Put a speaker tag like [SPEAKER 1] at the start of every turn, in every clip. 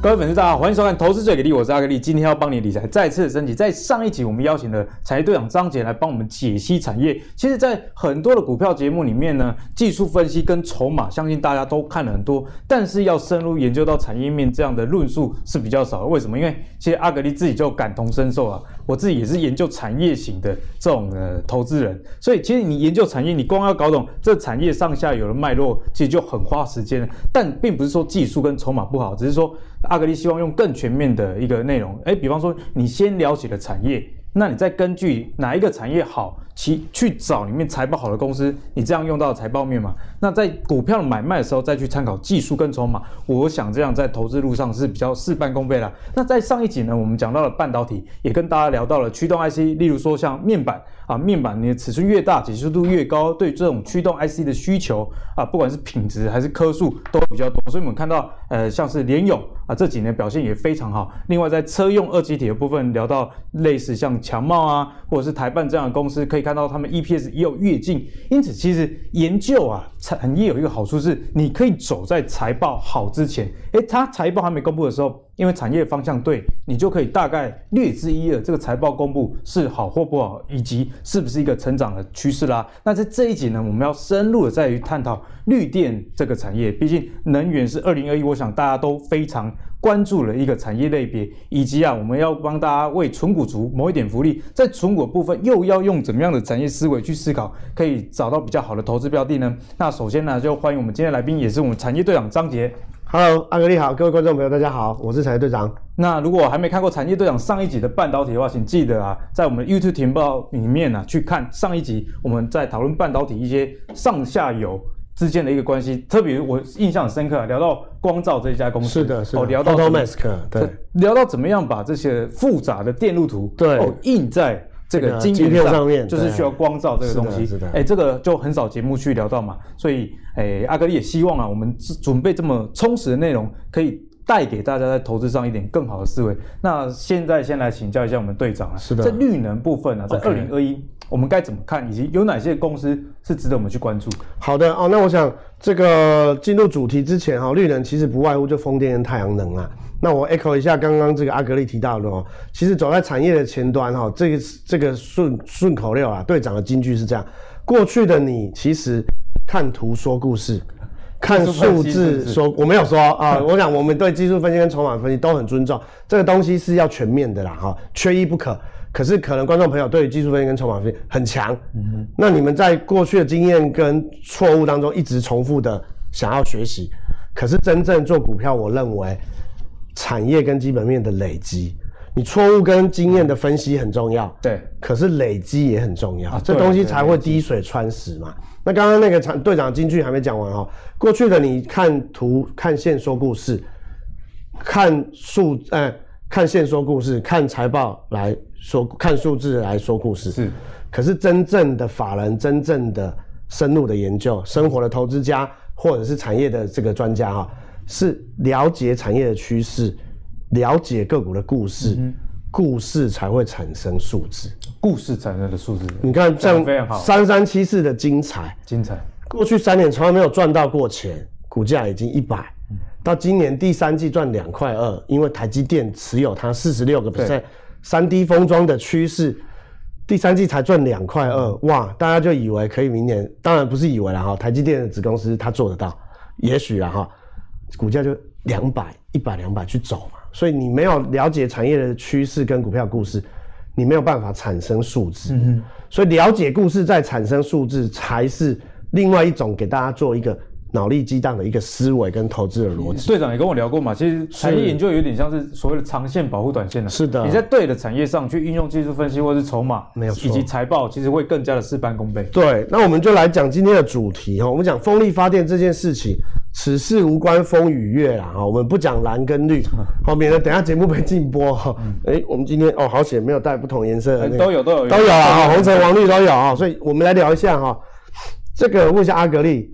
[SPEAKER 1] 各位粉丝，大家好，欢迎收看《投资最给力》，我是阿格力，今天要帮你理财再次升级。在上一集，我们邀请了产业队长张杰来帮我们解析产业。其实，在很多的股票节目里面呢，技术分析跟筹码，相信大家都看了很多，但是要深入研究到产业面这样的论述是比较少的。为什么？因为其实阿格力自己就感同身受啊，我自己也是研究产业型的这种呃投资人，所以其实你研究产业，你光要搞懂这产业上下游的脉络，其实就很花时间了。但并不是说技术跟筹码不好，只是说。阿格力希望用更全面的一个内容，诶，比方说你先了解了产业，那你再根据哪一个产业好，其去找里面财报好的公司，你这样用到财报面嘛？那在股票买卖的时候再去参考技术跟筹码，我想这样在投资路上是比较事半功倍啦。那在上一集呢，我们讲到了半导体，也跟大家聊到了驱动 IC，例如说像面板啊，面板你的尺寸越大，解析度越高，对这种驱动 IC 的需求啊，不管是品质还是颗数都比较多，所以我们看到呃像是联咏。啊，这几年表现也非常好。另外，在车用二极体的部分，聊到类似像强茂啊，或者是台办这样的公司，可以看到他们 EPS 也有跃进。因此，其实研究啊，产业有一个好处是，你可以走在财报好之前。诶，它财报还没公布的时候。因为产业方向对，你就可以大概略知一二，这个财报公布是好或不好，以及是不是一个成长的趋势啦。那在这一集呢，我们要深入的在于探讨绿电这个产业，毕竟能源是二零二一，我想大家都非常。关注了一个产业类别，以及啊，我们要帮大家为纯股族谋一点福利，在纯股部分又要用怎么样的产业思维去思考，可以找到比较好的投资标的呢？那首先呢，就欢迎我们今天来宾，也是我们产业队长张杰。
[SPEAKER 2] Hello，阿格力好，各位观众朋友大家好，我是产业队长。
[SPEAKER 1] 那如果还没看过产业队长上一集的半导体的话，请记得啊，在我们 YouTube 频道里面呢、啊、去看上一集，我们在讨论半导体一些上下游。之间的一个关系，特别我印象很深刻、啊，聊到光照这一家公司，
[SPEAKER 2] 是的，是的，
[SPEAKER 1] 哦，聊到
[SPEAKER 2] Automask，对，
[SPEAKER 1] 聊到怎么样把这些复杂的电路图，
[SPEAKER 2] 对，
[SPEAKER 1] 哦，印在这个晶
[SPEAKER 2] 片上面，
[SPEAKER 1] 就是需要光照这个东西，
[SPEAKER 2] 是的，
[SPEAKER 1] 哎、欸，这个就很少节目去聊到嘛，所以，哎、欸，阿格力也希望啊，我们准备这么充实的内容，可以。带给大家在投资上一点更好的思维。那现在先来请教一下我们队长啊，
[SPEAKER 2] 是的，
[SPEAKER 1] 在绿能部分呢、啊，在二零二一我们该怎么看，以及有哪些公司是值得我们去关注？
[SPEAKER 2] 好的哦，那我想这个进入主题之前哈、哦，绿能其实不外乎就风电跟太阳能啦。那我 echo 一下刚刚这个阿格力提到的哦，其实走在产业的前端哈、哦，这个这个顺顺口溜啊，队长的金句是这样：过去的你其实看图说故事。看数字说，我没有说啊，我想我们对技术分析跟筹码分析都很尊重，这个东西是要全面的啦，哈，缺一不可。可是可能观众朋友对于技术分析跟筹码分析很强，嗯、那你们在过去的经验跟错误当中一直重复的想要学习，可是真正做股票，我认为产业跟基本面的累积。你错误跟经验的分析很重要，
[SPEAKER 1] 对，
[SPEAKER 2] 可是累积也很重要，啊、这东西才会滴水穿石嘛。那刚刚那个长队长金句还没讲完哦，过去的你看图、看线说故事，看数呃看线说故事，看财报来说，看数字来说故事
[SPEAKER 1] 是。
[SPEAKER 2] 可是真正的法人、真正的深入的研究、生活的投资家或者是产业的这个专家哈、哦，是了解产业的趋势。了解个股的故事，嗯、故事才会产生数字，
[SPEAKER 1] 故事产生的数字。
[SPEAKER 2] 你看，像三三七四的
[SPEAKER 1] 精
[SPEAKER 2] 彩，
[SPEAKER 1] 精彩，
[SPEAKER 2] 过去三年从来没有赚到过钱，股价已经一百、嗯，到今年第三季赚两块二，因为台积电持有它四十六个 percent，三 D 封装的趋势，第三季才赚两块二，哇，大家就以为可以明年，当然不是以为了哈，台积电的子公司它做得到，也许了哈，股价就两百、一百、两百去走嘛。所以你没有了解产业的趋势跟股票故事，你没有办法产生数字。嗯所以了解故事再产生数字，才是另外一种给大家做一个脑力激荡的一个思维跟投资的逻辑。
[SPEAKER 1] 队长也跟我聊过嘛，其实产业研究有点像是所谓的长线保护短线的、啊。
[SPEAKER 2] 是的。
[SPEAKER 1] 你在对的产业上去运用技术分析或是筹码，
[SPEAKER 2] 没有
[SPEAKER 1] 以及财报，其实会更加的事半功倍。
[SPEAKER 2] 对，那我们就来讲今天的主题哈，我们讲风力发电这件事情。此事无关风与月啦，哈，我们不讲蓝跟 绿，好，免得等下节目被禁播哈。哎、欸，我们今天哦，好险没有带不同颜色的、那
[SPEAKER 1] 個欸，都有都有
[SPEAKER 2] 都有啊，红橙黄绿都有啊，所以我们来聊一下哈。这个问一下阿格力，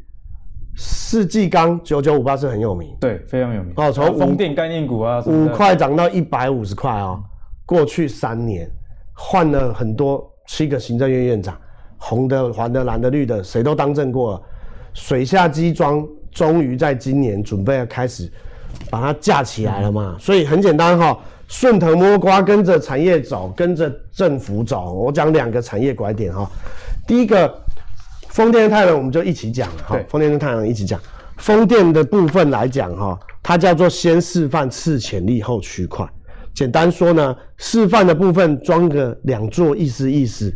[SPEAKER 2] 世纪钢九九五八是很有名，
[SPEAKER 1] 对，非常有名
[SPEAKER 2] 哦，从
[SPEAKER 1] 风电概念股啊，
[SPEAKER 2] 五块涨到一百五十块哦，过去三年换了很多七个行政院院长，红的、黄的、蓝的、绿的，谁都当政过了，水下基装。终于在今年准备要开始把它架起来了嘛。所以很简单哈、顺藤摸瓜，跟着产业走，跟着政府走。我讲两个产业拐点哈、第一个风电跟太阳能我们就一起讲了哈
[SPEAKER 1] 对，
[SPEAKER 2] 风电跟太阳能一起讲。风电的部分来讲哈、它叫做先示范次潜力后区块。简单说呢，示范的部分装个两座意思意思，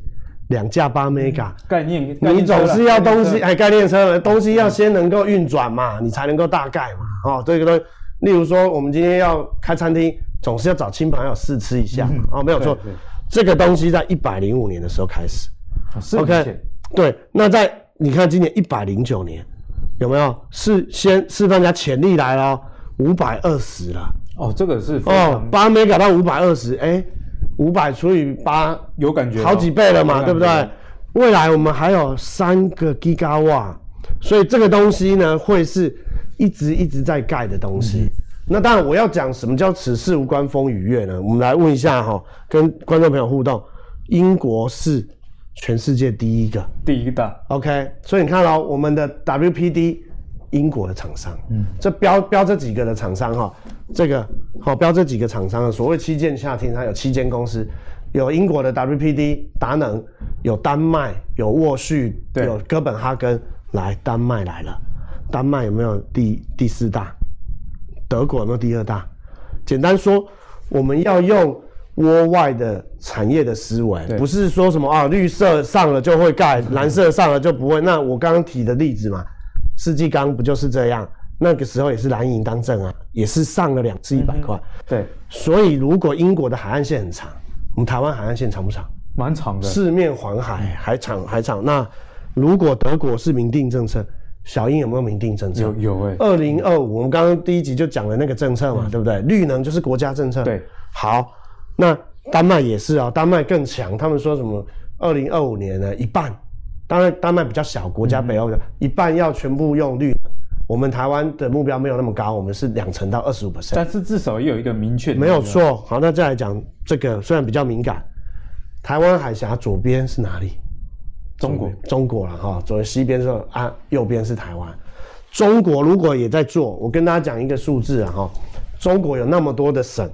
[SPEAKER 2] 两架八 mega，、
[SPEAKER 1] 概念，嗯概
[SPEAKER 2] 你
[SPEAKER 1] 念车啦
[SPEAKER 2] 总是要东
[SPEAKER 1] 概
[SPEAKER 2] 西，
[SPEAKER 1] 念车
[SPEAKER 2] 哎，概念车了，东西要先能够运转嘛，你才能够大概嘛，哦，这个东西，例如说我们今天要开餐厅，总是要找亲朋好友试吃一下嘛，哦，没有错
[SPEAKER 1] 嗯对对，
[SPEAKER 2] 这个东西在一百零五年的时候开始
[SPEAKER 1] 是以
[SPEAKER 2] ，OK，
[SPEAKER 1] 前
[SPEAKER 2] 对，那在你看今年一百零九年，有没有是先示范家潜力来了，哦五百二十了，
[SPEAKER 1] 哦，这个是非
[SPEAKER 2] 哦
[SPEAKER 1] 常，
[SPEAKER 2] 八 mega 到五百二十，哎，五百除以八
[SPEAKER 1] 有感觉的哦，
[SPEAKER 2] 好几倍了嘛，
[SPEAKER 1] 有感觉
[SPEAKER 2] 对不对？未来我们还有三个 giga 瓦，所以这个东西呢，会是一直一直在盖的东西。那当然，我要讲什么叫此事无关风雨月呢？我们来问一下哈、跟观众朋友互动，英国是全世界第一个
[SPEAKER 1] 第一大，
[SPEAKER 2] ，OK？所以你看到、我们的 WPD。英国的厂商，嗯，这标标这几个的厂商哈、这个好、标这几个厂商的所谓七件下厅，它有七间公司，有英国的 WPD 达能，有丹麦，有沃旭，
[SPEAKER 1] 对
[SPEAKER 2] 有哥本哈根。来，丹麦来了，丹麦有没有第第四大？德国有没有第二大？简单说，我们要用窝外的产业的思维，
[SPEAKER 1] 对
[SPEAKER 2] 不是说什么啊，绿色上了就会盖，蓝色上了就不会。那我刚刚提的例子嘛，世纪钢不就是这样？那个时候也是蓝银当政啊，也是上了两次一百块。
[SPEAKER 1] 对，
[SPEAKER 2] 所以如果英国的海岸线很长，我们台湾海岸线长不长？
[SPEAKER 1] 蛮长的，
[SPEAKER 2] 四面环海，海长海长。那如果德国是明定政策，小英有没有明定政策
[SPEAKER 1] 有？有哎，
[SPEAKER 2] 二零二五，我们刚刚第一集就讲了那个政策嘛，对不对？绿能就是国家政策。
[SPEAKER 1] 对，
[SPEAKER 2] 好，那丹麦也是啊、丹麦更强，他们说什么？二零二五年呢，一半，当然丹麦比较小，国家北欧的、一半要全部用绿能。我们台湾的目标没有那么高，我们是两成到二十五 percent。
[SPEAKER 1] 但是至少也有一个明确的
[SPEAKER 2] 没有
[SPEAKER 1] 目标，
[SPEAKER 2] 错。好，那再来讲这个，虽然比较敏感，台湾海峡左边是哪里？
[SPEAKER 1] 中国
[SPEAKER 2] 中国了哈，左西边是啊，右边是台湾。中国如果也在做，我跟大家讲一个数字啊哈，中国有那么多的省，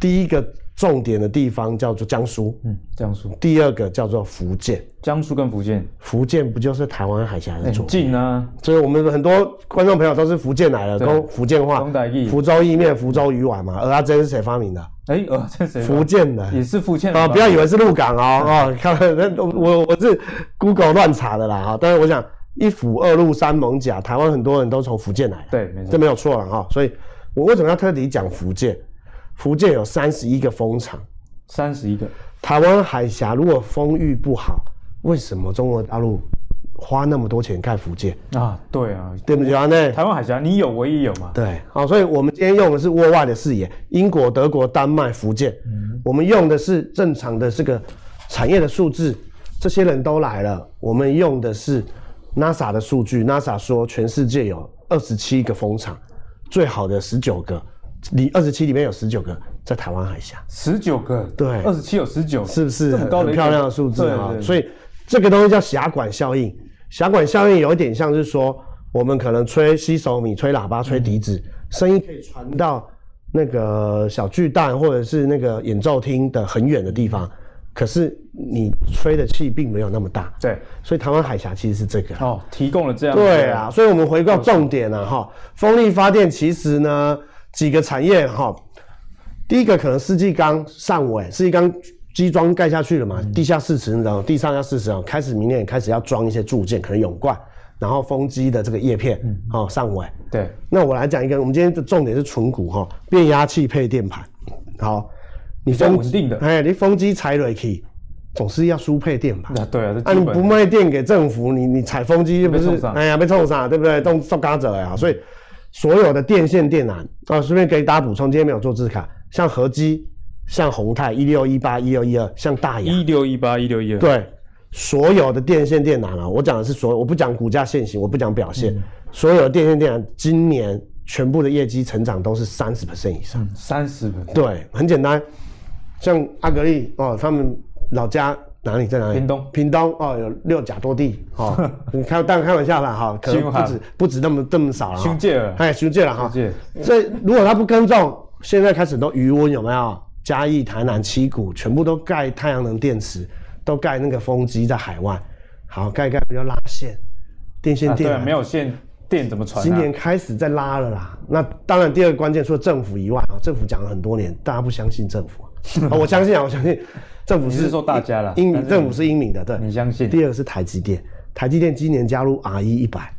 [SPEAKER 2] 第一个重点的地方叫做江苏，
[SPEAKER 1] 嗯，江苏、
[SPEAKER 2] 第二个叫做福建，
[SPEAKER 1] 江苏跟福建
[SPEAKER 2] 福建不就是台湾海峡的左
[SPEAKER 1] 很近啊，
[SPEAKER 2] 所以我们很多观众朋友都是福建来的，都福建话
[SPEAKER 1] 东台语，
[SPEAKER 2] 福州意面、福州鱼丸嘛。而阿珍是谁发明的？
[SPEAKER 1] 哎，哦，这谁？
[SPEAKER 2] 福建的，
[SPEAKER 1] 也是福建人
[SPEAKER 2] 啊，
[SPEAKER 1] 吧
[SPEAKER 2] 不要以为是鹿港哦哦，看那我我是 Google 乱查的啦哈，但是我想一府二鹿三艋甲，台湾很多人都从福建来的，
[SPEAKER 1] 对，没错
[SPEAKER 2] 这，没有错了哈，所以我为什么要特地讲福建？福建有三十一个风场，
[SPEAKER 1] 三十一个，
[SPEAKER 2] 台湾海峡如果风域不好，为什么中国大陆花那么多钱盖福建？
[SPEAKER 1] 啊，对啊，
[SPEAKER 2] 对不对啊？那
[SPEAKER 1] 台湾海峡你有我也有嘛，
[SPEAKER 2] 对，好，所以我们今天用的是窝外的视野，英国、德国、丹麦、福建，我们用的是正常的这个产业的数字，这些人都来了，我们用的是 NASA 的数据，NASA 说全世界有二十七个风场，最好的十九个，里二十七里面有十九个在台湾海峡。
[SPEAKER 1] 十九个，
[SPEAKER 2] 对
[SPEAKER 1] 二十七有十九，
[SPEAKER 2] 是不是
[SPEAKER 1] 这么
[SPEAKER 2] 很
[SPEAKER 1] 高的一
[SPEAKER 2] 很
[SPEAKER 1] 个
[SPEAKER 2] 漂亮的数字啊
[SPEAKER 1] 对？对
[SPEAKER 2] 所以这个东西叫狭管效应。狭管效应有一点像是说，我们可能吹吸手米、吹喇叭、吹笛子，
[SPEAKER 1] 嗯
[SPEAKER 2] 声音可以传到那个小巨蛋或者是那个演奏厅的很远的地方，可是你吹的气并没有那么大。
[SPEAKER 1] 对，
[SPEAKER 2] 所以台湾海峡其实是这个。
[SPEAKER 1] 哦，提供了这样，
[SPEAKER 2] 对，啊，所以我们回到重点了、哈，风力发电其实呢几个产业哈，第一个可能世纪钢上尾，世纪钢基桩盖下去了嘛，地下四十然后地上要四十哦，开始明年也开始要装一些铸件，可能永冠，然后风机的这个叶片，好、上尾。
[SPEAKER 1] 对，
[SPEAKER 2] 那我来讲一个，我们今天的重点是纯股哈，变压器配电盘，好，你
[SPEAKER 1] 比较
[SPEAKER 2] 风
[SPEAKER 1] 稳定的
[SPEAKER 2] 哎，你风机踩雷去，总是要输配电盘。
[SPEAKER 1] 啊，对啊，这
[SPEAKER 2] 啊，
[SPEAKER 1] 基
[SPEAKER 2] 你
[SPEAKER 1] 本
[SPEAKER 2] 不卖电给政府，你你采风机不
[SPEAKER 1] 被冲
[SPEAKER 2] 是
[SPEAKER 1] 上嗯
[SPEAKER 2] 哎呀被冲傻，对不对？动受嘎者呀，所以所有的电线电缆啊，顺便给大家补充，今天没有做字卡，像合基、像宏泰一六一八、一六一二，像大雅，
[SPEAKER 1] 一六一八一六一二，
[SPEAKER 2] 对，所有的电线电缆啊，我讲的是所有，我不讲股价现行，我不讲表现，
[SPEAKER 1] 嗯
[SPEAKER 2] 所有的电线电缆今年全部的业绩成长都是三十 percent 以上。
[SPEAKER 1] 嗯三十个，
[SPEAKER 2] 对，很简单，像阿格力哦，他们老家哪里在哪里？
[SPEAKER 1] 屏东
[SPEAKER 2] 屏东哦，有六甲多地 哦，你开当然开玩笑啦哈，可能
[SPEAKER 1] 胸
[SPEAKER 2] 不
[SPEAKER 1] 海
[SPEAKER 2] 止不止那么这么少了哈，
[SPEAKER 1] 胸界了
[SPEAKER 2] 哎，修界了哈
[SPEAKER 1] 胸界，
[SPEAKER 2] 这如果它不耕种，现在开始都余温有没有？嘉义、台南、七股全部都盖太阳能电池，都盖那个风机在海外，好盖一盖不要拉线，电线
[SPEAKER 1] 啊
[SPEAKER 2] 电
[SPEAKER 1] 对
[SPEAKER 2] 缆、
[SPEAKER 1] 啊，没有线电怎么传
[SPEAKER 2] 今
[SPEAKER 1] 啊？
[SPEAKER 2] 年开始在拉了啦。那当然，第二个关键除了政府以外啊，政府讲了很多年，大家不相信政府 啊、啊我相信啊，我相信政府
[SPEAKER 1] 你是说大家啦但
[SPEAKER 2] 英明
[SPEAKER 1] 是
[SPEAKER 2] 政府是英明的，对。
[SPEAKER 1] 你相信？
[SPEAKER 2] 第二个是台积电，台积电今年加入 R E 一一百，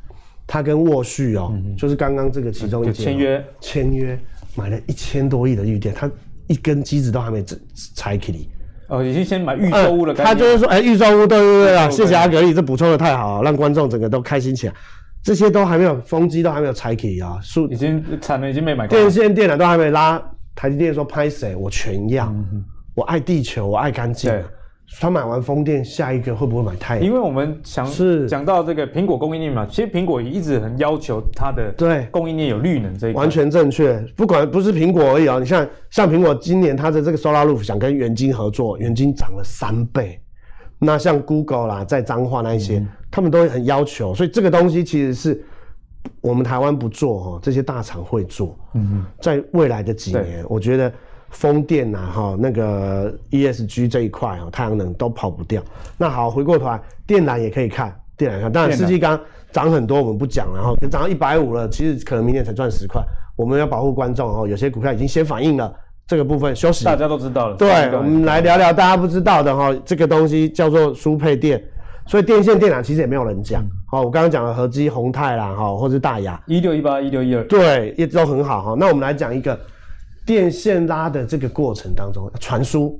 [SPEAKER 2] 它跟沃旭哦，就是刚刚这个其中一
[SPEAKER 1] 有嗯
[SPEAKER 2] 间哦
[SPEAKER 1] 签约
[SPEAKER 2] 签约买了一千多亿的绿电，它一根机子都还没拆拆起来。
[SPEAKER 1] 哦，已经先买预售屋了，
[SPEAKER 2] 他
[SPEAKER 1] 感
[SPEAKER 2] 就
[SPEAKER 1] 觉
[SPEAKER 2] 是说，哎、预售屋，对对对啊，
[SPEAKER 1] 预售屋
[SPEAKER 2] 谢谢阿格力，这补充的太好了，让观众整个都开心起来。这些都还没有，风机都还没有拆起啊，树
[SPEAKER 1] 已经产能已经被买光了
[SPEAKER 2] 电。线、电缆啊都还没拉。台积电说拍谁，我全要，我爱地球，我爱干净
[SPEAKER 1] 嗯对。
[SPEAKER 2] 他买完风电，下一个会不会买太阳？
[SPEAKER 1] 因为我们想
[SPEAKER 2] 是
[SPEAKER 1] 讲到这个苹果供应链嘛，其实苹果一直很要求它的
[SPEAKER 2] 对
[SPEAKER 1] 供应链有绿能这一块
[SPEAKER 2] 完。全正确，不管不是苹果而已啊、你像像苹果今年它的这个 Solar Roof 想跟元晶合作，元晶涨了三倍。那像 Google 啦，在彰化那一
[SPEAKER 1] 嗯
[SPEAKER 2] 些，他们都很要求，所以这个东西其实是我们台湾不做哈、这些大厂会做。嗯，在未来的几年，我觉得风电呐、哈、那个 ESG 这一块哦，太阳能都跑不掉。那好，回过头来，电缆也可以看，电缆看，当然
[SPEAKER 1] 电缆
[SPEAKER 2] 世纪刚涨很多，我们不讲了哈，可能涨到一百五了，其实可能明年才赚十块。我们要保护观众哦，有些股票已经先反应了这个部分休息。
[SPEAKER 1] 大家都知道了，
[SPEAKER 2] 对
[SPEAKER 1] 三，个
[SPEAKER 2] 我们来聊聊大家不知道的哈、这个东西叫做输配电，所以电线电缆其实也没有人讲。好、我刚刚讲了合基、宏泰啦，哈、或是大雅，
[SPEAKER 1] 一六一八、一六一二，
[SPEAKER 2] 对，也都很好哈、那我们来讲一个电线拉的这个过程当中，传输。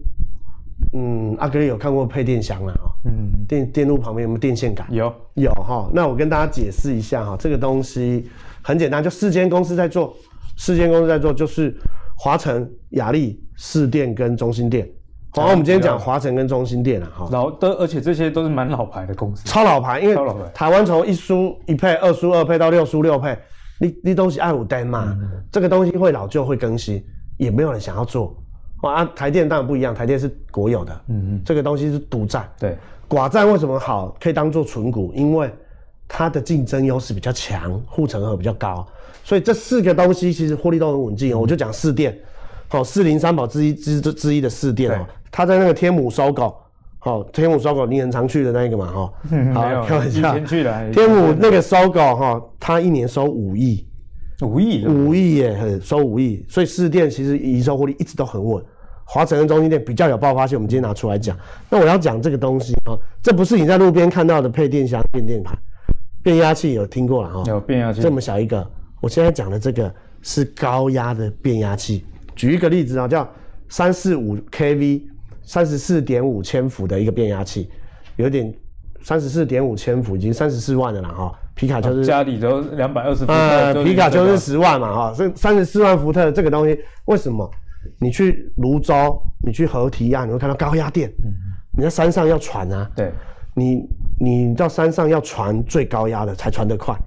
[SPEAKER 2] 嗯，阿格力有看过配电箱了哈、
[SPEAKER 1] 嗯，
[SPEAKER 2] 电电路旁边有没有电线杆？
[SPEAKER 1] 有
[SPEAKER 2] 有哈，那我跟大家解释一下哈，这个东西很简单，就四间公司在做，四间公司在做就是华晨、雅力、市电跟中心电。好，我们今天讲华晨跟中心电了哈，
[SPEAKER 1] 老的，而且这些都是蛮老牌的公司，
[SPEAKER 2] 超老牌，因为
[SPEAKER 1] 超老牌
[SPEAKER 2] 台湾从一输一配、二输二配到六输六配，你你东西爱五单嘛，这个东西会老旧会更新，也没有人想要做。哇啊，台电当然不一样，台电是国有的，嗯嗯，这个东西是独占，
[SPEAKER 1] 对，
[SPEAKER 2] 寡占为什么好？可以当做纯股，因为它的竞争优势比较强，护城河比较高，所以这四个东西其实获利都很稳
[SPEAKER 1] 嗯
[SPEAKER 2] 定哦。我就讲四电，好、四零三宝之一之之之一的四电哦
[SPEAKER 1] 对，
[SPEAKER 2] 它在那个天母搜狗，好、天母搜狗你很常去的那一个嘛哈，
[SPEAKER 1] 嗯
[SPEAKER 2] 好
[SPEAKER 1] 没有
[SPEAKER 2] 开玩
[SPEAKER 1] 以
[SPEAKER 2] 笑，
[SPEAKER 1] 前去的还
[SPEAKER 2] 天母那个搜狗哈，它一年收五亿，
[SPEAKER 1] 五亿的，
[SPEAKER 2] 五亿耶，很收五亿，所以四电其实营收获利一直都很稳。华晨跟中心店比较有爆发性，我们今天拿出来讲。那我要讲这个东西啊、哦，这不是你在路边看到的配电箱、变电盘、变压器，有听过了哈、哦？
[SPEAKER 1] 有变压器
[SPEAKER 2] 这么小一个，我现在讲的这个是高压的变压器。举一个例子啊、叫三四五 kV，三十四点五千伏的一个变压器，有点三十四点五千伏，已经三十四万的了哈、皮卡丘是
[SPEAKER 1] 家里都两百二十伏
[SPEAKER 2] 呃，
[SPEAKER 1] 特，
[SPEAKER 2] 皮卡丘
[SPEAKER 1] 就
[SPEAKER 2] 是
[SPEAKER 1] 是
[SPEAKER 2] 十万嘛，哈、这三十四万伏特这个东西，为什么你去泸州，你去合体啊，你会看到高压电，你在山上要传啊，
[SPEAKER 1] 对，
[SPEAKER 2] 你你到山上要传最高压的才传得快，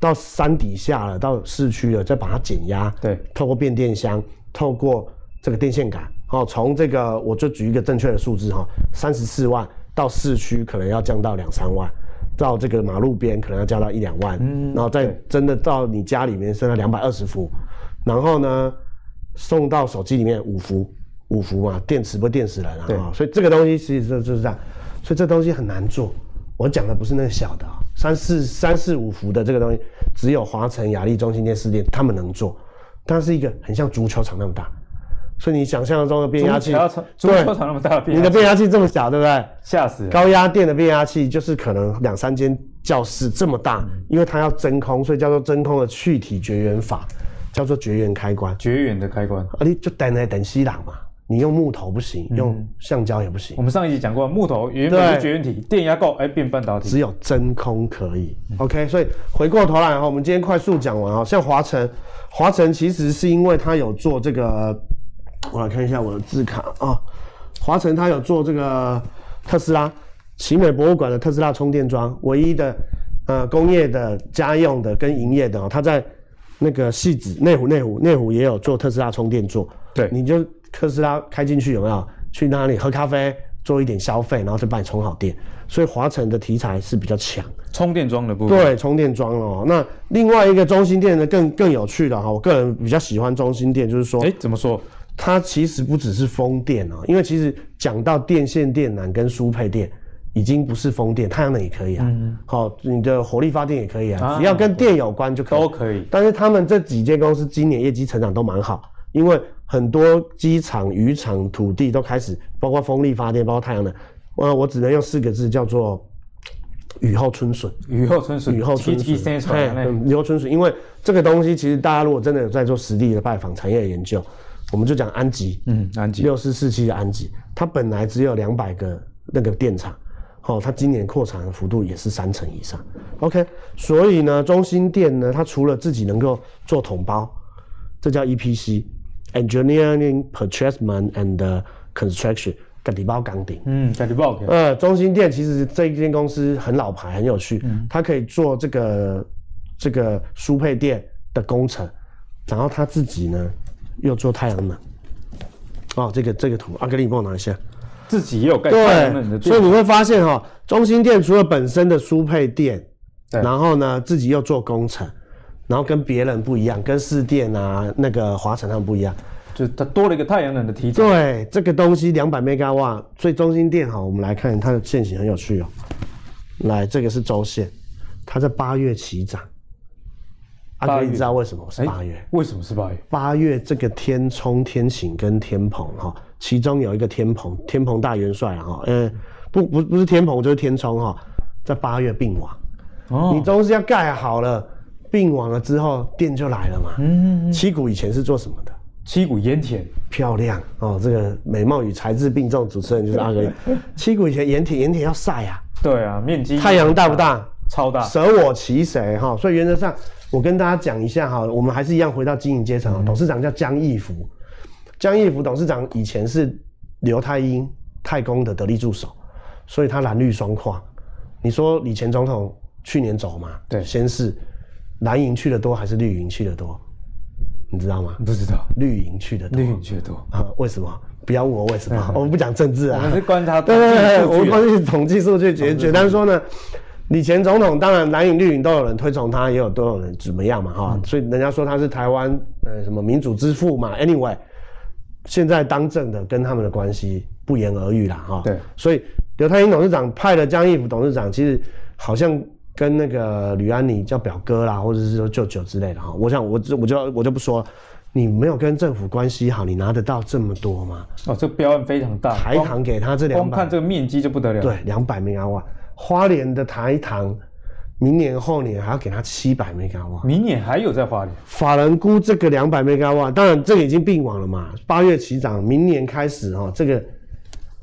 [SPEAKER 2] 到山底下了，到市区了，再把它减压，
[SPEAKER 1] 对，
[SPEAKER 2] 透过变电箱，透过这个电线杆，哦，从这个我就举一个正确的数字哈，三十四万到市区可能要降到两三万。到这个马路边可能要降到一两万，然后再真的到你家里面升到两百二十伏，然后呢送到手机里面五伏，五伏嘛，电池不电死人啊、
[SPEAKER 1] 对
[SPEAKER 2] 哦所以这个东西其实就就是这样，所以这东西很难做。我讲的不是那个小的、啊，三四三四五伏的这个东西，只有华晨、雅力、中心店、四店他们能做，它是一个很像足球场那么大，所以你想象中的变压器
[SPEAKER 1] 足球场，足
[SPEAKER 2] 对
[SPEAKER 1] 球，场那么大的变
[SPEAKER 2] 你
[SPEAKER 1] 压
[SPEAKER 2] 的
[SPEAKER 1] 器，
[SPEAKER 2] 变压器这么小，对不对？
[SPEAKER 1] 吓死了，
[SPEAKER 2] 高压电的变压器就是可能两三间教室这么大，因为它要真空，所以叫做真空的去体绝缘法，叫做绝缘开关。
[SPEAKER 1] 绝缘的开关。
[SPEAKER 2] 啊，你就等来等西朗嘛，你用木头不行，用橡胶也不行
[SPEAKER 1] 我，们上一集讲过，木头原本
[SPEAKER 2] 对
[SPEAKER 1] 是绝缘体，电压够，哎，变半导体。
[SPEAKER 2] 只有真空可以。OK，所以回过头来哈，我们今天快速讲完啊，像华晨，华晨其实是因为它有做这个，我来看一下我的字卡啊，华晨它有做这个特斯拉奇美博物馆的特斯拉充电桩，唯一的呃工业的、家用的跟营业的哦，它在那个戏子内湖内湖内湖也有做特斯拉充电座，
[SPEAKER 1] 对
[SPEAKER 2] 你就特斯拉开进去有没有？去哪里喝咖啡？做一点消费，然后再帮你充好电。所以华晨的题材是比较强。
[SPEAKER 1] 充电桩的部分。
[SPEAKER 2] 对，充电桩哦。那另外一个中心店呢，更更有趣了哈。我个人比较喜欢中心店，就是说
[SPEAKER 1] 哎，怎么说？
[SPEAKER 2] 它其实不只是风电哦，因为其实讲到电线电缆跟输配电，已经不是风电，太阳能也可以啊。好、你的火力发电也可以啊，
[SPEAKER 1] 啊
[SPEAKER 2] 只要跟电有关就可以。
[SPEAKER 1] 都可以。
[SPEAKER 2] 但是他们这几间公司今年业绩成长都蛮好，因为很多机场、渔场、土地都开始，包括风力发电，包括太阳能。呃，我只能用四个字叫做雨后春笋。
[SPEAKER 1] 雨后春笋，
[SPEAKER 2] 雨后春
[SPEAKER 1] TT
[SPEAKER 2] 笋，
[SPEAKER 1] 生出
[SPEAKER 2] 嘿
[SPEAKER 1] 来的啊那
[SPEAKER 2] 嗯雨后春笋，因为这个东西其实大家如果真的有在做实地的拜访、产业的研究，我们就讲安吉，
[SPEAKER 1] 嗯，安吉。
[SPEAKER 2] 六四四七的安吉，它本来只有两百个那个电厂，哦，它今年扩产的幅度也是三成以上。OK，所以呢，中心店呢，它除了自己能够做统包，这叫 EPC（Engineering Purchasement and Construction） 个底包钢顶。
[SPEAKER 1] 嗯，感觉不好看。
[SPEAKER 2] 呃，中心店其实这一间公司很老牌，很有趣，
[SPEAKER 1] 嗯
[SPEAKER 2] 它可以做这个这个输配电的工程，然后它自己呢又做太阳能。哦，这个这个图，阿格力，你帮我拿一下。
[SPEAKER 1] 自己也有盖太阳能的
[SPEAKER 2] 对，所以
[SPEAKER 1] 电，
[SPEAKER 2] 你会发现哈、中心店除了本身的输配电，
[SPEAKER 1] 对
[SPEAKER 2] 然后呢自己又做工程，然后跟别人不一样，跟市电啊那个华晨他们不一样。
[SPEAKER 1] 就它多了一个太阳能的题材。
[SPEAKER 2] 对，这个东西两百 mega 瓦，所以中心电哈，我们来看它的线型很有趣哦。来，这个是周线，它在八月起涨。阿
[SPEAKER 1] 八
[SPEAKER 2] 哥，
[SPEAKER 1] 月
[SPEAKER 2] 你知道为什么是
[SPEAKER 1] 哎
[SPEAKER 2] 八月？
[SPEAKER 1] 为什么是八月？
[SPEAKER 2] 八月这个天冲、天行跟天蓬哈，其中有一个天蓬，天蓬大元帅啊哈，呃，不不不是天蓬就是天冲哈，在八月并网，
[SPEAKER 1] 哦，
[SPEAKER 2] 你东西要盖好了，并网了之后电就来了嘛。嗯，七股以前是做什么的？
[SPEAKER 1] 七股盐田，
[SPEAKER 2] 漂亮哦，这个美貌与才智并重，主持人就是阿格 力。七股以前盐田，盐田要晒啊，
[SPEAKER 1] 对啊，面积
[SPEAKER 2] 太阳大不大？
[SPEAKER 1] 超大，
[SPEAKER 2] 舍我其谁哈、所以原则上，我跟大家讲一下哈，我们还是一样回到经营阶层啊。董事长叫江义福，江义福董事长以前是刘太英太公的得力助手，所以他蓝绿双跨。你说李前总统去年走嘛？
[SPEAKER 1] 对
[SPEAKER 2] 先是蓝营去的多还是绿营去的多？你知道吗？
[SPEAKER 1] 不知道
[SPEAKER 2] 绿营去的多
[SPEAKER 1] 绿营却多，
[SPEAKER 2] 啊？为什么？不要问我为什么，我们不讲政治啊。
[SPEAKER 1] 嗯我们是观察
[SPEAKER 2] 对对对，
[SPEAKER 1] 统计数
[SPEAKER 2] 我们
[SPEAKER 1] 据嗯
[SPEAKER 2] 关于统计数据简简单说呢，李前总统当然蓝营绿营都有人推崇他，也有都有人怎么样嘛
[SPEAKER 1] 嗯
[SPEAKER 2] 哈，所以人家说他是台湾呃什么民主之父嘛。Anyway，现在当政的跟他们的关系不言而喻啦哈。
[SPEAKER 1] 对，
[SPEAKER 2] 所以刘太英董事长派了江义福董事长，其实好像。跟那个吕安妮叫表哥啦，或者是说舅舅之类的哈，我想我就我就我就不说了。你没有跟政府关系好，你拿得到这么多吗？
[SPEAKER 1] 哦，这个标案非常大，
[SPEAKER 2] 台
[SPEAKER 1] 光
[SPEAKER 2] 糖给他这
[SPEAKER 1] 哎
[SPEAKER 2] 两
[SPEAKER 1] 光
[SPEAKER 2] 百
[SPEAKER 1] 看这个面积就不得了。，
[SPEAKER 2] 对，两百兆瓦。花莲的台糖，明年后年还要给它七百兆瓦。
[SPEAKER 1] 明年还有在花莲，
[SPEAKER 2] 法人估这个两百兆瓦，当然这个已经并网了嘛，八月起涨，明年开始哦，这个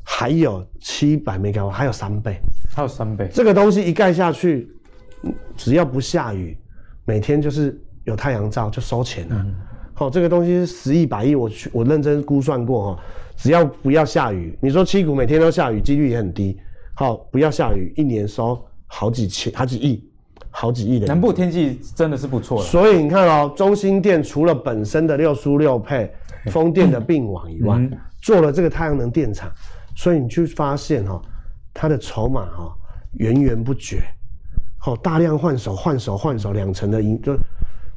[SPEAKER 2] 还有七百兆瓦，还有三倍。
[SPEAKER 1] 还有三倍，
[SPEAKER 2] 这个东西一盖下去，嗯只要不下雨，每天就是有太阳照就收钱了。好、这个东西十亿百亿，我去我认真估算过哦，只要不要下雨，你说七股每天都下雨，几率也很低。好、不要下雨，一年收好几千、好几亿、好几亿的
[SPEAKER 1] 南部天气真的是不错了。
[SPEAKER 2] 所以你看哦，中心店除了本身的六输六配、风电的并网以外，做了这个太阳能电厂，所以你去发现哦，它的筹码哦源源不绝，哦大量换手、换手、换手，两成的盈就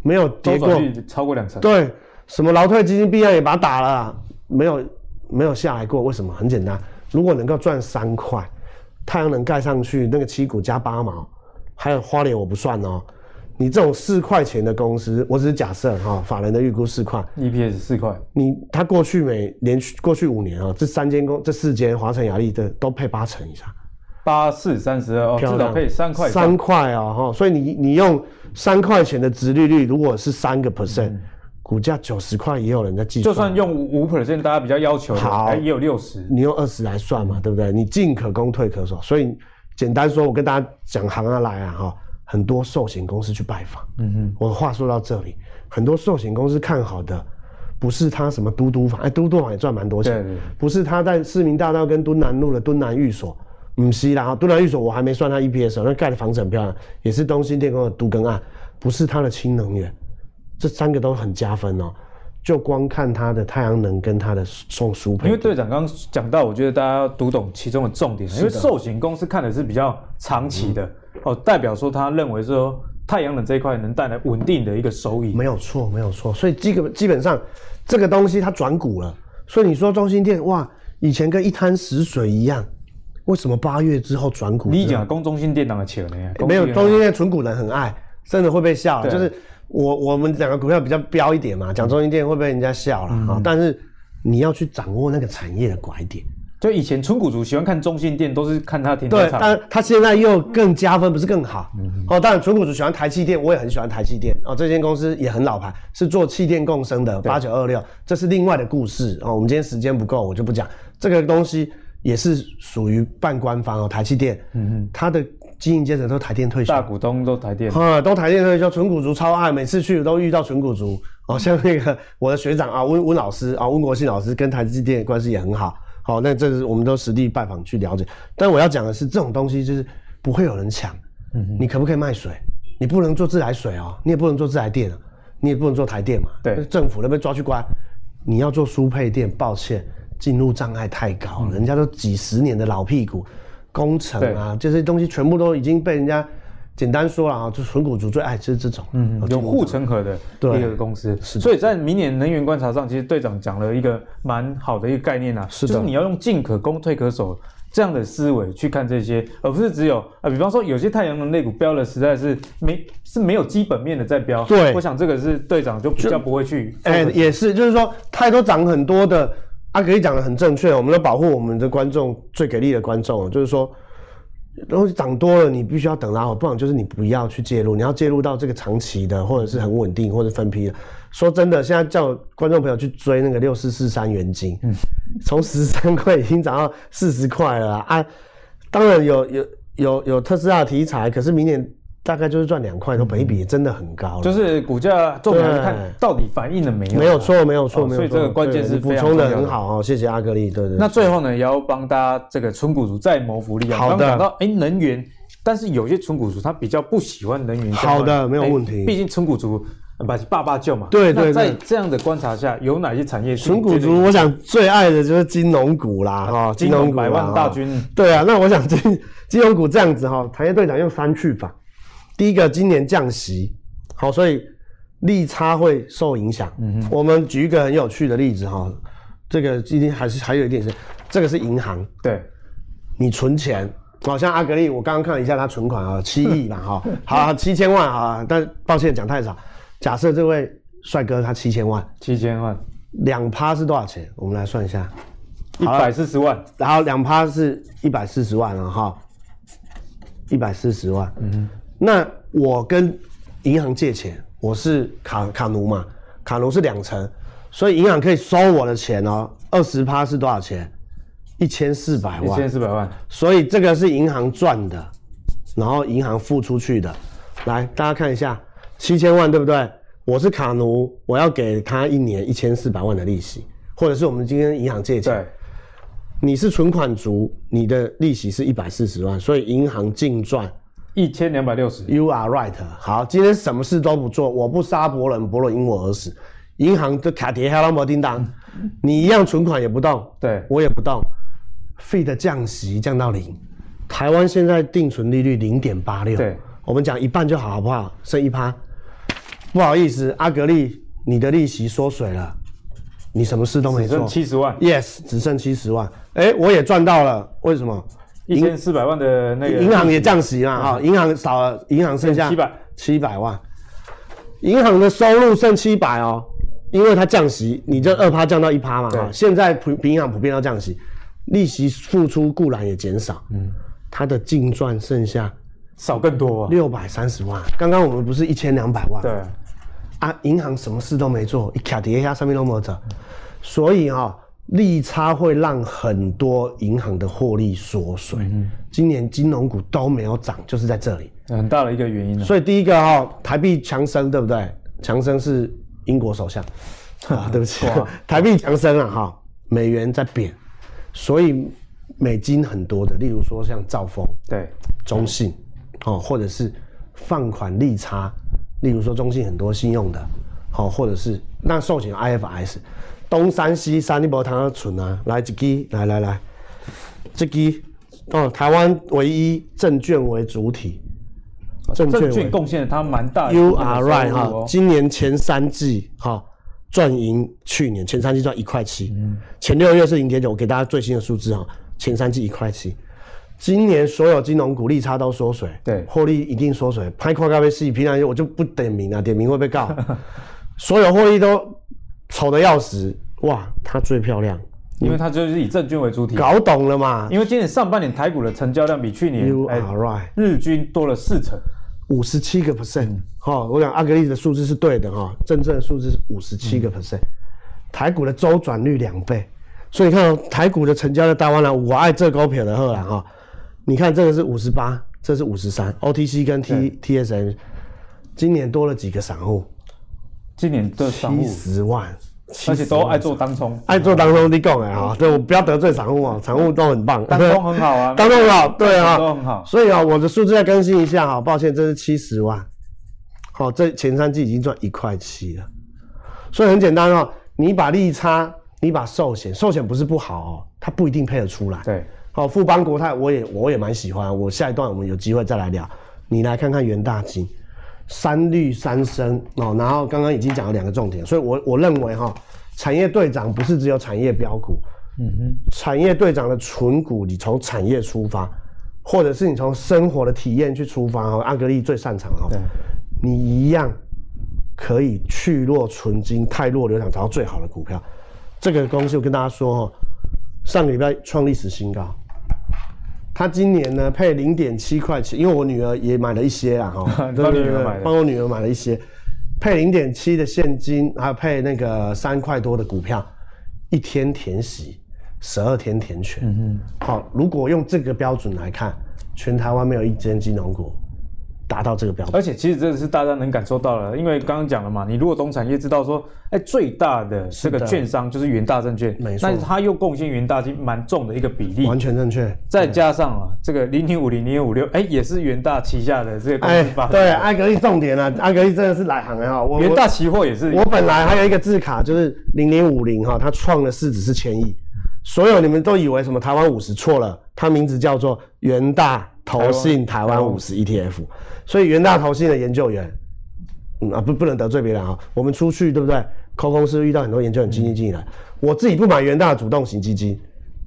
[SPEAKER 2] 没有跌
[SPEAKER 1] 周
[SPEAKER 2] 过
[SPEAKER 1] 转，率超过两成，
[SPEAKER 2] 对，什么劳退基金弊案也把它打了啊，没有没有下来过。为什么？很简单，如果能够赚三块，太阳能盖上去那个七股加八毛，还有花莲我不算哦。你这种四块钱的公司，我只是假设哈、法人的预估四块，
[SPEAKER 1] ，EPS E 四块，
[SPEAKER 2] 你他过去每连续过去五年啊、这三间公这四间华晨雅力的都配八成以上。
[SPEAKER 1] 八四三十二，哦，至
[SPEAKER 2] 漂
[SPEAKER 1] 少
[SPEAKER 2] 亮，
[SPEAKER 1] 配三块以上，
[SPEAKER 2] 三块哦，哈，所以你你用三块钱的殖利率，如果是三个 percent，、股
[SPEAKER 1] 嗯
[SPEAKER 2] 价九十块也有人在计
[SPEAKER 1] 就
[SPEAKER 2] 算，
[SPEAKER 1] 算用五 percent，大家比较要求的，
[SPEAKER 2] 好
[SPEAKER 1] 哎也有六十，
[SPEAKER 2] 你用二十来算嘛，对不对？你进可攻，退可守，所以简单说，我跟大家讲行啊来啊哈，很多寿险公司去拜访，嗯哼，我话说到这里，很多寿险公司看好的。不是他什么嘟嘟房，哎，嘟嘟房也赚蛮多钱。
[SPEAKER 1] 对对对
[SPEAKER 2] 不是他在市民大道跟敦南路的敦南寓所，唔是啦，哈敦南寓所我还没算它 EPS，哦那盖的房子很漂亮，也是啊东兴电工的都更案，不是它的氢能源，这三个都很加分哦。就光看它的太阳能跟它的送输配
[SPEAKER 1] 因为队长刚刚讲到，我觉得大家要读懂其中的重点，因为寿险公司看的是比较长期的、
[SPEAKER 2] 嗯
[SPEAKER 1] 哦，代表说他认为说太阳能这一块能带来稳定的一个收益。
[SPEAKER 2] 没有错，没有错。所以基本基本上这个东西它转股了，所以你说中心店哇，以前跟一滩死水一样，为什么八月之后转股之后？
[SPEAKER 1] 你讲公中心电脑的啊钱呢？
[SPEAKER 2] 啊没有，中
[SPEAKER 1] 心
[SPEAKER 2] 心店纯股人很爱，真的会被笑啦。就是我我们两个股票比较标一点嘛，讲中心店会被人家笑了啊、但是你要去掌握那个产业的拐点。
[SPEAKER 1] 就以前春股族喜欢看中信电，都是看他停车
[SPEAKER 2] 对，
[SPEAKER 1] 场。嗯
[SPEAKER 2] 但它现在又更加分，不是更好？哦，当然，纯股主喜欢台气电，我也很喜欢台气电。哦，这间公司也很老牌，是做气电共生的，八九二六，这是另外的故事哦。我们今天时间不够，我就不讲这个东西，也是属于半官方哦。台气电，嗯它的经营阶层都台电退休
[SPEAKER 1] 大，股东都台电，
[SPEAKER 2] 啊，都台电退休，纯股族超爱，每次去都遇到纯股族。哦，像那个 我的学长啊，温温老师啊，温国信老师跟台积电关系也很好。好、那这是我们都实地拜访去了解。但我要讲的是，这种东西就是不会有人抢。你可不可以卖水？你不能做自来水哦，你也不能做自来电啊，你也不能做台电嘛。
[SPEAKER 1] 对
[SPEAKER 2] 政府那边抓去关。你要做输配电，抱歉，进入障碍太高了，人家都几十年的老屁股，工程啊这些东西全部都已经被人家简单说了啊，就纯股族最爱吃这种，嗯
[SPEAKER 1] 有护城河的
[SPEAKER 2] 对
[SPEAKER 1] 一个公司，所以在明年能源观察上，其实队长讲了一个蛮好的一个概念啊，
[SPEAKER 2] 是的
[SPEAKER 1] 就是你要用进可攻、退可守这样的思维去看这些，而不是只有啊、呃比方说有些太阳能类股标的实在是没是没有基本面的在标，
[SPEAKER 2] 对
[SPEAKER 1] 我想这个是队长就比较不会去，
[SPEAKER 2] 哎、也是，就是说太多涨很多的，阿格力讲的很正确，我们要保护我们的观众最给力的观众，就是说。东西涨多了，你必须要等拉回，不然就是你不要去介入，你要介入到这个长期的，或者是很稳定，或者分批的。说真的，现在叫观众朋友去追那个六四四三元金，从十三块已经涨到四十块了啊！啊当然有有有有特斯拉的题材，可是明年大概就是赚两块，都本一比真的很高了。
[SPEAKER 1] 就是股价重点还是看
[SPEAKER 2] 对
[SPEAKER 1] 到底反映了没有，
[SPEAKER 2] 没有。错，没有错，
[SPEAKER 1] 哦
[SPEAKER 2] 没有错。
[SPEAKER 1] 所以这个关键
[SPEAKER 2] 对
[SPEAKER 1] 是
[SPEAKER 2] 你补
[SPEAKER 1] 非常
[SPEAKER 2] 充的
[SPEAKER 1] 重要
[SPEAKER 2] 很
[SPEAKER 1] 的
[SPEAKER 2] 好哦，谢谢阿格力，对对。
[SPEAKER 1] 那最后呢，也要帮大家这个纯股族再谋福利啊。
[SPEAKER 2] 好的
[SPEAKER 1] 刚刚讲到哎、能源，但是有些纯股族他比较不喜欢能源相关。
[SPEAKER 2] 好的没有
[SPEAKER 1] 哎
[SPEAKER 2] 问题
[SPEAKER 1] 毕竟纯股族呃把爸爸救嘛。
[SPEAKER 2] 对对
[SPEAKER 1] 那在
[SPEAKER 2] 对
[SPEAKER 1] 这样的观察下，有哪些产业是
[SPEAKER 2] 纯
[SPEAKER 1] 你
[SPEAKER 2] 股
[SPEAKER 1] 觉得
[SPEAKER 2] 族，我想最爱的就是金融股啊啦，哈，
[SPEAKER 1] 啊金融百万大军。
[SPEAKER 2] 对啊，那我想金金融股这样子哈，产业队长用三去法。第一个，今年降息，好，所以利差会受影响。嗯我们举一个很有趣的例子哈，这个今天还是还有一点是，这个是银行，
[SPEAKER 1] 对
[SPEAKER 2] 你存钱，好像阿格力，我刚刚看了一下他存款啊，七亿嘛哈，好七千万啊，但抱歉讲太少。假设这位帅哥他七千万，
[SPEAKER 1] 七千万，
[SPEAKER 2] 两趴是多少钱？我们来算一下，
[SPEAKER 1] 一百四十万，
[SPEAKER 2] 然后两趴是一百四十万了哈，一百四十万。嗯，那我跟银行借钱，我是卡卡奴嘛，卡奴是两成，所以银行可以收我的钱哦，二十趴是多少钱？一千四百
[SPEAKER 1] 一
[SPEAKER 2] 万。
[SPEAKER 1] 千四百万。
[SPEAKER 2] 所以这个是银行赚的，然后银行付出去的。来，大家看一下，七千万对不对？我是卡奴，我要给他一年一千四百万的利息，或者是我们今天银行借钱
[SPEAKER 1] 对，，
[SPEAKER 2] 你是存款族，你的利息是一百四十万，所以银行净赚。
[SPEAKER 1] 一千两百六十。
[SPEAKER 2] You are right。好，今天什么事都不做，我不杀伯伦，伯伦因我而死。银行的卡碟还那么叮当，你一样存款也不动，
[SPEAKER 1] 对
[SPEAKER 2] 我也不动。费的降息降到零，台湾现在定存利率零点八六，
[SPEAKER 1] 对，
[SPEAKER 2] 我们讲一半就好，好不好？剩一趴，不好意思，阿格力，你的利息缩水了，你什么事都没
[SPEAKER 1] 只剩
[SPEAKER 2] 做
[SPEAKER 1] 七十万，
[SPEAKER 2] ，yes，只剩七十万，哎、我也赚到了，为什么？
[SPEAKER 1] 一千四百万的那个
[SPEAKER 2] 银行也降息嘛，哈，银行少了，银行嗯剩下
[SPEAKER 1] 700
[SPEAKER 2] 七百万，银行的收入剩七百哦，因为它降息，你这二趴降到一趴嘛，哈，现在普比银行普遍要降息，利息付出固然也减少，嗯，它的净赚剩下
[SPEAKER 1] 少更多啊。
[SPEAKER 2] 六百三十万，刚刚我们不是一千两百万，
[SPEAKER 1] 对，
[SPEAKER 2] 啊，银行什么事都没做，一卡跌一下上面都没走，所以哈、利差会让很多银行的获利缩水。今年金融股都没有涨，就是在这里。
[SPEAKER 1] 很大的一个原因啊。
[SPEAKER 2] 所以第一个哈、台币强升，对不对？强升是英国首相，啊，对不起， 台币强升了哈，美元在贬，所以美金很多的，例如说像兆丰，
[SPEAKER 1] 对，
[SPEAKER 2] 中信，哦，或者是放款利差，例如说中信很多信用的，好、或者是那寿险有 IFRS，东山西山你无通啊存啊，来一支，来来来，这支哦，台湾唯一证券为主体，证券
[SPEAKER 1] 证
[SPEAKER 2] 为
[SPEAKER 1] 券贡献了它蛮大的一部
[SPEAKER 2] You
[SPEAKER 1] 分的
[SPEAKER 2] are
[SPEAKER 1] 收
[SPEAKER 2] right
[SPEAKER 1] 入
[SPEAKER 2] 哈
[SPEAKER 1] 哦，
[SPEAKER 2] 今年前三季哈赚赢去年前三季赚一块七，
[SPEAKER 1] 嗯
[SPEAKER 2] 前六月是零点九，我给大家最新的数字哈，前三季一块七。今年所有金融股利差都缩水，
[SPEAKER 1] 对
[SPEAKER 2] 获利一定缩水。拍跨咖啡系，平常我就不点名了，点名会被告。 所有获利都丑的要死，哇，它最漂亮，
[SPEAKER 1] 因为它就是以证券为主体。
[SPEAKER 2] 搞懂了嘛
[SPEAKER 1] 因为今年上半年台股的成交量比去年
[SPEAKER 2] ？You
[SPEAKER 1] 哎
[SPEAKER 2] are right。
[SPEAKER 1] 日均多了四成，
[SPEAKER 2] 五十七个 percent，哈，我讲阿格力的数字是对的哈、真正的数字是五十七
[SPEAKER 1] 嗯
[SPEAKER 2] 个 percent，、台股的周转率两倍，所以你看、哦、台股的成交的大湾了，我爱这股票的后啦哈，你看这个是五十八，这是五十三，OTC 跟 T TSM，今年多了几个散户，
[SPEAKER 1] 今年的商
[SPEAKER 2] 七
[SPEAKER 1] 务，
[SPEAKER 2] 十万，
[SPEAKER 1] 而且都爱做当 冲，
[SPEAKER 2] 爱做当中你讲的哈，对我不要得罪散户啊，散户都很棒，
[SPEAKER 1] 当冲很好啊，
[SPEAKER 2] 当中很好，对啊，
[SPEAKER 1] 都很好。
[SPEAKER 2] 所以啊、我的数字再更新一下哈，抱歉，这是七十万，好、这前三季已经赚一块七了，所以很简单哦，你把利差，你把寿险，寿险不是不好哦，它不一定配得出来。
[SPEAKER 1] 对，
[SPEAKER 2] 好、富邦国泰我也我也蛮喜欢，我下一段我们有机会再来聊，你来看看元大金，三绿三升哦，然后刚刚已经讲了两个重点，所以我我认为哈、产业队长不是只有产业标股，产业队长的纯股，你从产业出发，或者是你从生活的体验去出发哦哈，阿格力最擅长哈
[SPEAKER 1] 对，，
[SPEAKER 2] 你一样可以去弱存精，汰弱留强，找到最好的股票。这个公司我跟大家说哦，上个礼拜创历史新高，它今年呢配零点七块钱，因为我女儿也买了一些啊哦啦哈
[SPEAKER 1] 帮 你女儿买的
[SPEAKER 2] 帮我女儿买了一些，配零点七的现金，还有配那个三块多的股票，一天填息，十二天填权。嗯好，如果用这个标准来看，全台湾没有一间金融股达到这个标准。
[SPEAKER 1] 而且其实这是大家能感受到了，因为刚刚讲了嘛，你如果懂产业知道说，哎，最大的这个券商就是元大证券，
[SPEAKER 2] 没错
[SPEAKER 1] 那它又贡献元大金蛮重的一个比例，
[SPEAKER 2] 完全正确，
[SPEAKER 1] 再加上啊这个零零五零零零五六，哎，也是元大旗下的这个公
[SPEAKER 2] 哎
[SPEAKER 1] 司发，
[SPEAKER 2] 对，
[SPEAKER 1] 的，
[SPEAKER 2] 艾格力重点啊，艾格力真的是来行的哈。我
[SPEAKER 1] 元
[SPEAKER 2] 哦我
[SPEAKER 1] 大期货也是
[SPEAKER 2] 我本来还有一个字卡，就是零零五零哈，它创的市值是千亿。所有你们都以为什么台湾五十错了，它名字叫做元大投信台湾五十 ETF。所以元大投信的研究员，嗯啊不不能得罪别人啊，我们出去对不对？抠公司遇到很多研究员基金经理人，我自己不买元大的主动型基金，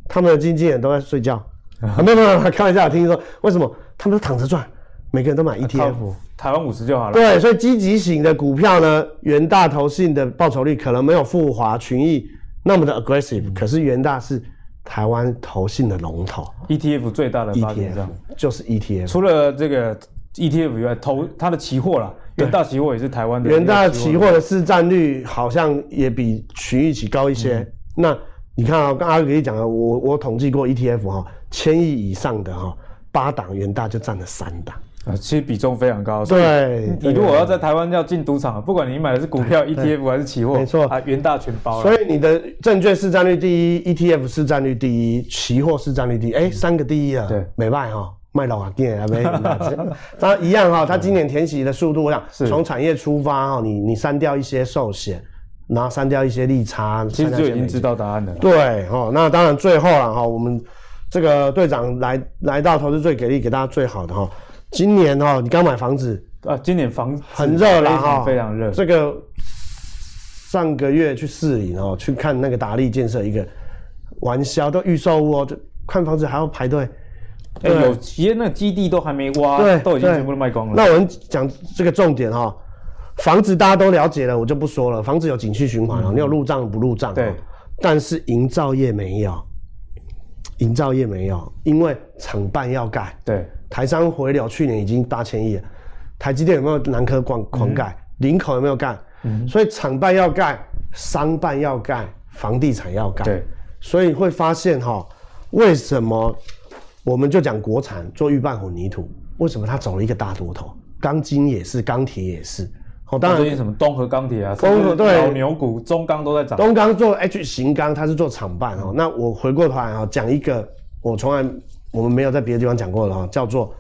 [SPEAKER 2] 他们的基金经理人都在睡 觉。啊、没有没有，没有开玩笑，听说为什么他们都躺着赚，每个人都买 E ETF。
[SPEAKER 1] 靠台湾五十就好了，
[SPEAKER 2] 对，所以啊积极型的股票呢，元大投信的报酬率可能没有富华、群益那么的 aggressive，、可
[SPEAKER 1] 嗯
[SPEAKER 2] 是元大是台湾投信的龙头
[SPEAKER 1] ETF 最大的发行
[SPEAKER 2] ，ETF
[SPEAKER 1] 商，
[SPEAKER 2] 就是 E ETF。
[SPEAKER 1] 除了这个 ETF 以外，投它的期货啦，元大期货也是台湾的
[SPEAKER 2] 元大
[SPEAKER 1] 一个
[SPEAKER 2] 期货的市占率好像也比群益期高一些。
[SPEAKER 1] 嗯
[SPEAKER 2] 那你看啊，刚阿给你讲了，我我统计过 ETF 哈、千亿以上的哈、八档元大就占了三档。
[SPEAKER 1] 啊，其实比重非常高。所以
[SPEAKER 2] 对，
[SPEAKER 1] 你如果要在台湾要进赌场，不管你买的是股票、ETF 还是期货，
[SPEAKER 2] 没错
[SPEAKER 1] 啊，元大全包了。
[SPEAKER 2] 所以你的证券市占率第一，ETF 市占率第一，期货市占率第一，哎、三个第一啊，
[SPEAKER 1] 嗯对
[SPEAKER 2] 没卖哈，卖老啊， 店啊，没很大只它一样哈、它今年填息的速度，我想
[SPEAKER 1] 嗯是
[SPEAKER 2] 从产业出发哈、你你删掉一些寿险，然后删掉一些利差，
[SPEAKER 1] 其实
[SPEAKER 2] 删掉
[SPEAKER 1] 就
[SPEAKER 2] 一
[SPEAKER 1] 已
[SPEAKER 2] 些
[SPEAKER 1] 经
[SPEAKER 2] 美
[SPEAKER 1] 知
[SPEAKER 2] 金
[SPEAKER 1] 道答案了。
[SPEAKER 2] 对，哦，那当然最后了哈、我们这个队长来来到投资最给力，给大家最好的哈、今年哈、你刚买房子
[SPEAKER 1] 啊，今年房子
[SPEAKER 2] 很热
[SPEAKER 1] 非
[SPEAKER 2] 啦哈、
[SPEAKER 1] 常非常热。
[SPEAKER 2] 这个上个月去市里哦，去看那个达利建设一个玩销都预售屋哦，就看房子还要排队。
[SPEAKER 1] 哎，有些那基地都还没挖，
[SPEAKER 2] 对
[SPEAKER 1] 都已经
[SPEAKER 2] 对
[SPEAKER 1] 全部都卖光了。
[SPEAKER 2] 那我们讲这个重点哈、哦房子大家都了解了，我就不说了。房子有景气循环哦，你有入账不入账、哦？
[SPEAKER 1] 对。
[SPEAKER 2] 但是营造业没有，营造业没有，因为厂办要盖。
[SPEAKER 1] 对，
[SPEAKER 2] 台商回流去年已经八千亿了，台积电有没有南科狂狂盖？林口有没有盖？所以厂办要盖，商办要盖，房地产要盖。
[SPEAKER 1] 对，
[SPEAKER 2] 所以会发现哈，为什么我们就讲国产做预拌混凝土，为什么它走了一个大多头？钢筋也是，钢铁也是。好、当
[SPEAKER 1] 那啊
[SPEAKER 2] 然
[SPEAKER 1] 最近什么东河钢铁啊，
[SPEAKER 2] 东河
[SPEAKER 1] 甚至
[SPEAKER 2] 对
[SPEAKER 1] 老牛股、中钢都在涨。
[SPEAKER 2] 东钢做 H 型钢，它是做厂办哦。那我回过头来哦，讲一个我从来我们没有在别的地方讲过的哦，叫哦做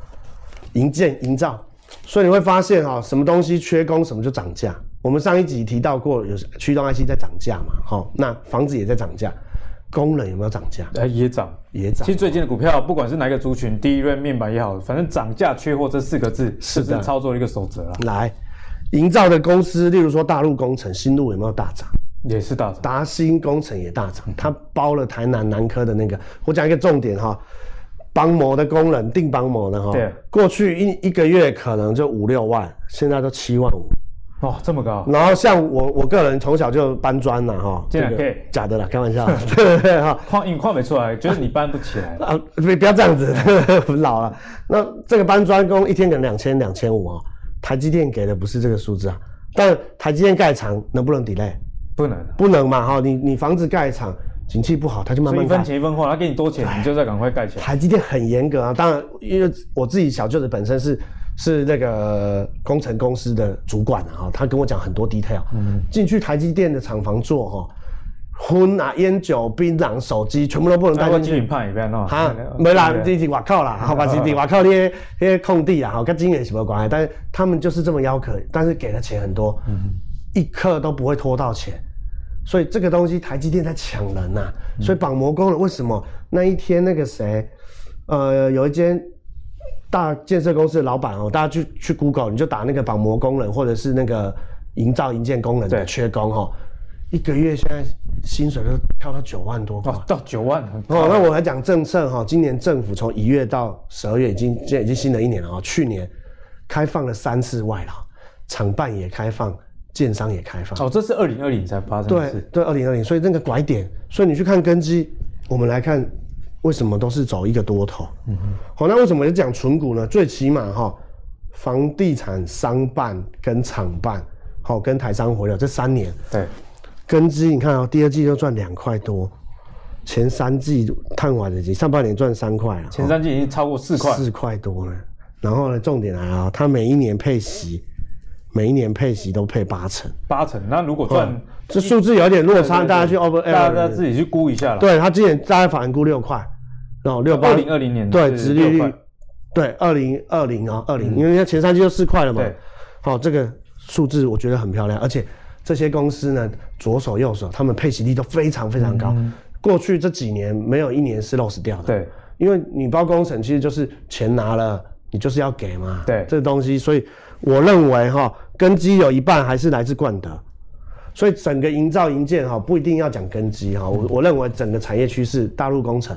[SPEAKER 2] 营建营造。所以你会发现哈、什么东西缺工，什么就涨价。我们上一集提到过，有驱动 IC 在涨价嘛，好、那房子也在涨价，工人有没有涨价？
[SPEAKER 1] 哎，也涨。
[SPEAKER 2] 也涨
[SPEAKER 1] 其。实最近的股票，不管是哪一个族群，第一轮面板也好，反正涨价缺货这四个字，
[SPEAKER 2] 是的
[SPEAKER 1] 这操作的一个守则啦，
[SPEAKER 2] 来，营造的公司，例如说大陆工程、新路有没有大涨？
[SPEAKER 1] 也是大涨。
[SPEAKER 2] 达新工程也大涨，它包了台南南科的那个。我讲一个重点哈，帮模的工人定帮模的哈
[SPEAKER 1] 对，
[SPEAKER 2] 过去一一个月可能就五六万，现在都七万五。
[SPEAKER 1] 哦，这么高，
[SPEAKER 2] 然后像我我个人从小就搬砖了哈，
[SPEAKER 1] 这样
[SPEAKER 2] 个
[SPEAKER 1] 可以
[SPEAKER 2] 假 的啦，开玩笑，对不对哈？。
[SPEAKER 1] 矿硬矿没出来，觉得你搬不起来
[SPEAKER 2] 啊，不不要这样子， 我们老了。那这个搬砖工一天可能两千两千五哦，台积电给的不是这个数字啊。但台积电盖厂能不能 delay？
[SPEAKER 1] 不能，
[SPEAKER 2] 不能嘛哈、你你房子盖厂，景气不好，它就慢
[SPEAKER 1] 所以
[SPEAKER 2] 慢
[SPEAKER 1] 一分
[SPEAKER 2] 盖。
[SPEAKER 1] 钱一分货，他给你多钱，你就再赶快盖 起来。
[SPEAKER 2] 台积电很严格啊，当然，因为我自己小舅子本身是是那个工程公司的主管啊，哈他跟我讲很多 detail。进
[SPEAKER 1] 嗯
[SPEAKER 2] 去台积电的厂房做哈、荤啊、烟酒、槟榔、手机全部都不能带
[SPEAKER 1] 台
[SPEAKER 2] 进
[SPEAKER 1] 湾
[SPEAKER 2] 去
[SPEAKER 1] 基。本判也不要弄，
[SPEAKER 2] 哈
[SPEAKER 1] 对，
[SPEAKER 2] 没啦，
[SPEAKER 1] 对
[SPEAKER 2] 这是外口啦，好吧，是伫外口咧咧空地啦，好，跟金额是没关系，但是他们就是这么要求，但是给的钱很多，一刻都不会拖到钱，所以这个东西台积电在抢人呐、所以绑魔工人为什么那一天那个谁，呃，有一间大建设公司的老板哦，大家去去 Google，你就打那个绑模工人或者是那个营造营建工人的
[SPEAKER 1] 对
[SPEAKER 2] 缺工哦，一个月现在薪水都跳到九万多块。
[SPEAKER 1] 哦，到九万，很
[SPEAKER 2] 哦，
[SPEAKER 1] 高
[SPEAKER 2] 那我来讲政策哈，今年政府从一月到十二月已经现在已经新的一年了啊，去年开放了三次外劳，厂办也开放，建商也开放。
[SPEAKER 1] 哦，这是二零二零才发生的
[SPEAKER 2] 对
[SPEAKER 1] 事。
[SPEAKER 2] 对，二零二零，所以那个拐点，所以你去看根基，我们来看为什么都是走一个多头。嗯好、那为什么就讲纯股呢？最起码哈、房地产商办跟厂办，好、跟台商回流这三年，
[SPEAKER 1] 对，
[SPEAKER 2] 根基，你看哦，第二季就赚两块多，前三季探完的季，上半年赚三块了，
[SPEAKER 1] 前三季已经超过四块，
[SPEAKER 2] 四块多了。然后呢，重点来啊，它每一年配息，每一年配息都配八成，
[SPEAKER 1] 八成。那如果赚，
[SPEAKER 2] 这数字有点落哦
[SPEAKER 1] 对
[SPEAKER 2] 差，
[SPEAKER 1] 对对
[SPEAKER 2] 大家去 over 呃
[SPEAKER 1] 大家自己去估一下啦。
[SPEAKER 2] 对它之前大概法人估六块，然后六八
[SPEAKER 1] 二零二零年
[SPEAKER 2] 对，
[SPEAKER 1] 是
[SPEAKER 2] 殖利
[SPEAKER 1] 6
[SPEAKER 2] 率
[SPEAKER 1] 块，嗯
[SPEAKER 2] 对，二零二零啊，二零，因为它前三季就四块了嘛
[SPEAKER 1] 对。
[SPEAKER 2] 好、这个数字我觉得很漂亮，而且这些公司呢，左手右手，他们配息率都非常非常高。过去这几年没有一年是 loss 掉的，，
[SPEAKER 1] 嗯对，
[SPEAKER 2] 因为你包工程其实就是钱拿了，你就是要给嘛，
[SPEAKER 1] 对
[SPEAKER 2] 这个东西，所以我认为哈、根基有一半还是来自冠德。所以整个营造营建哈，不一定要讲根基哈，我我认为整个产业趋势，大陆工程、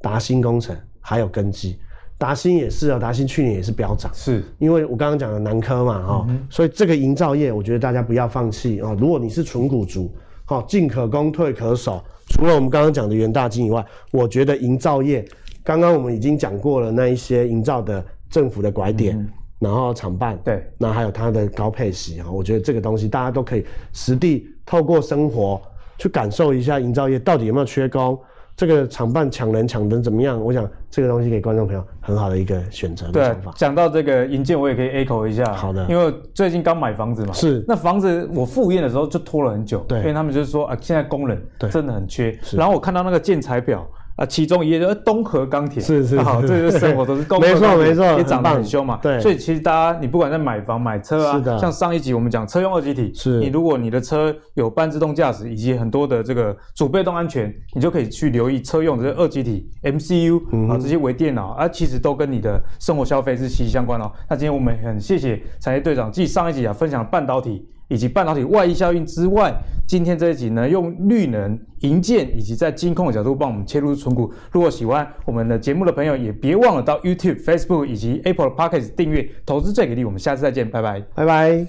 [SPEAKER 2] 达新工程还有根基，达新也是啊，达新去年也是飙涨，
[SPEAKER 1] 是
[SPEAKER 2] 因为我刚刚讲的南科嘛哈、
[SPEAKER 1] 嗯
[SPEAKER 2] 所以这个营造业我觉得大家不要放弃哦，如果你是纯股族，好、进可攻退可守，除了我们刚刚讲的元大金以外，我觉得营造业，刚刚我们已经讲过了那一些营造的政府的拐点。然后厂办
[SPEAKER 1] 嗯对，
[SPEAKER 2] 那还有它的高配息啊，我觉得这个东西大家都可以实地透过生活去感受一下营造业到底有没有缺工，这个厂办抢人抢人怎么样？我想这个东西给观众朋友很好的一个选择的
[SPEAKER 1] 对
[SPEAKER 2] 想法，。
[SPEAKER 1] 讲到这个银建，我也可以 echo 一下。
[SPEAKER 2] 好的
[SPEAKER 1] 因为最近刚买房子嘛，
[SPEAKER 2] 是
[SPEAKER 1] 那房子我复验的时候就拖了很久，
[SPEAKER 2] 对
[SPEAKER 1] 因为他们就是说啊，现在工人
[SPEAKER 2] 对
[SPEAKER 1] 真的很缺。然后我看到那个建材表啊，其中一页就是东河钢铁，
[SPEAKER 2] 是是
[SPEAKER 1] 好，
[SPEAKER 2] 是
[SPEAKER 1] 这就是生活 都是工
[SPEAKER 2] 没错
[SPEAKER 1] 钢铁
[SPEAKER 2] 没错
[SPEAKER 1] 也涨
[SPEAKER 2] 很
[SPEAKER 1] 得
[SPEAKER 2] 棒
[SPEAKER 1] 很凶嘛。
[SPEAKER 2] 对
[SPEAKER 1] 所以其实大家你不管在买房买车
[SPEAKER 2] 是
[SPEAKER 1] 啊
[SPEAKER 2] 的，
[SPEAKER 1] 像上一集我们讲车用二级体，
[SPEAKER 2] 是
[SPEAKER 1] 你如果你的车有半自动驾驶以及很多的这个主被动安全，你就可以去留意车用的这二级体 MCU 啊这些微电脑啊，其实都跟你的生活消费是息息相关哦。那今天我们很谢谢产业队长，继上一集啊分享半导体。以及半导体外溢效应之外，今天这一集呢，用绿能、银建以及在金控的角度帮我们切入存股。如果喜欢我们的节目的朋友，也别忘了到 YouTube、Facebook 以及 Apple Podcast 订阅《投资最给力》。我们下次再见，拜拜。
[SPEAKER 2] 拜拜。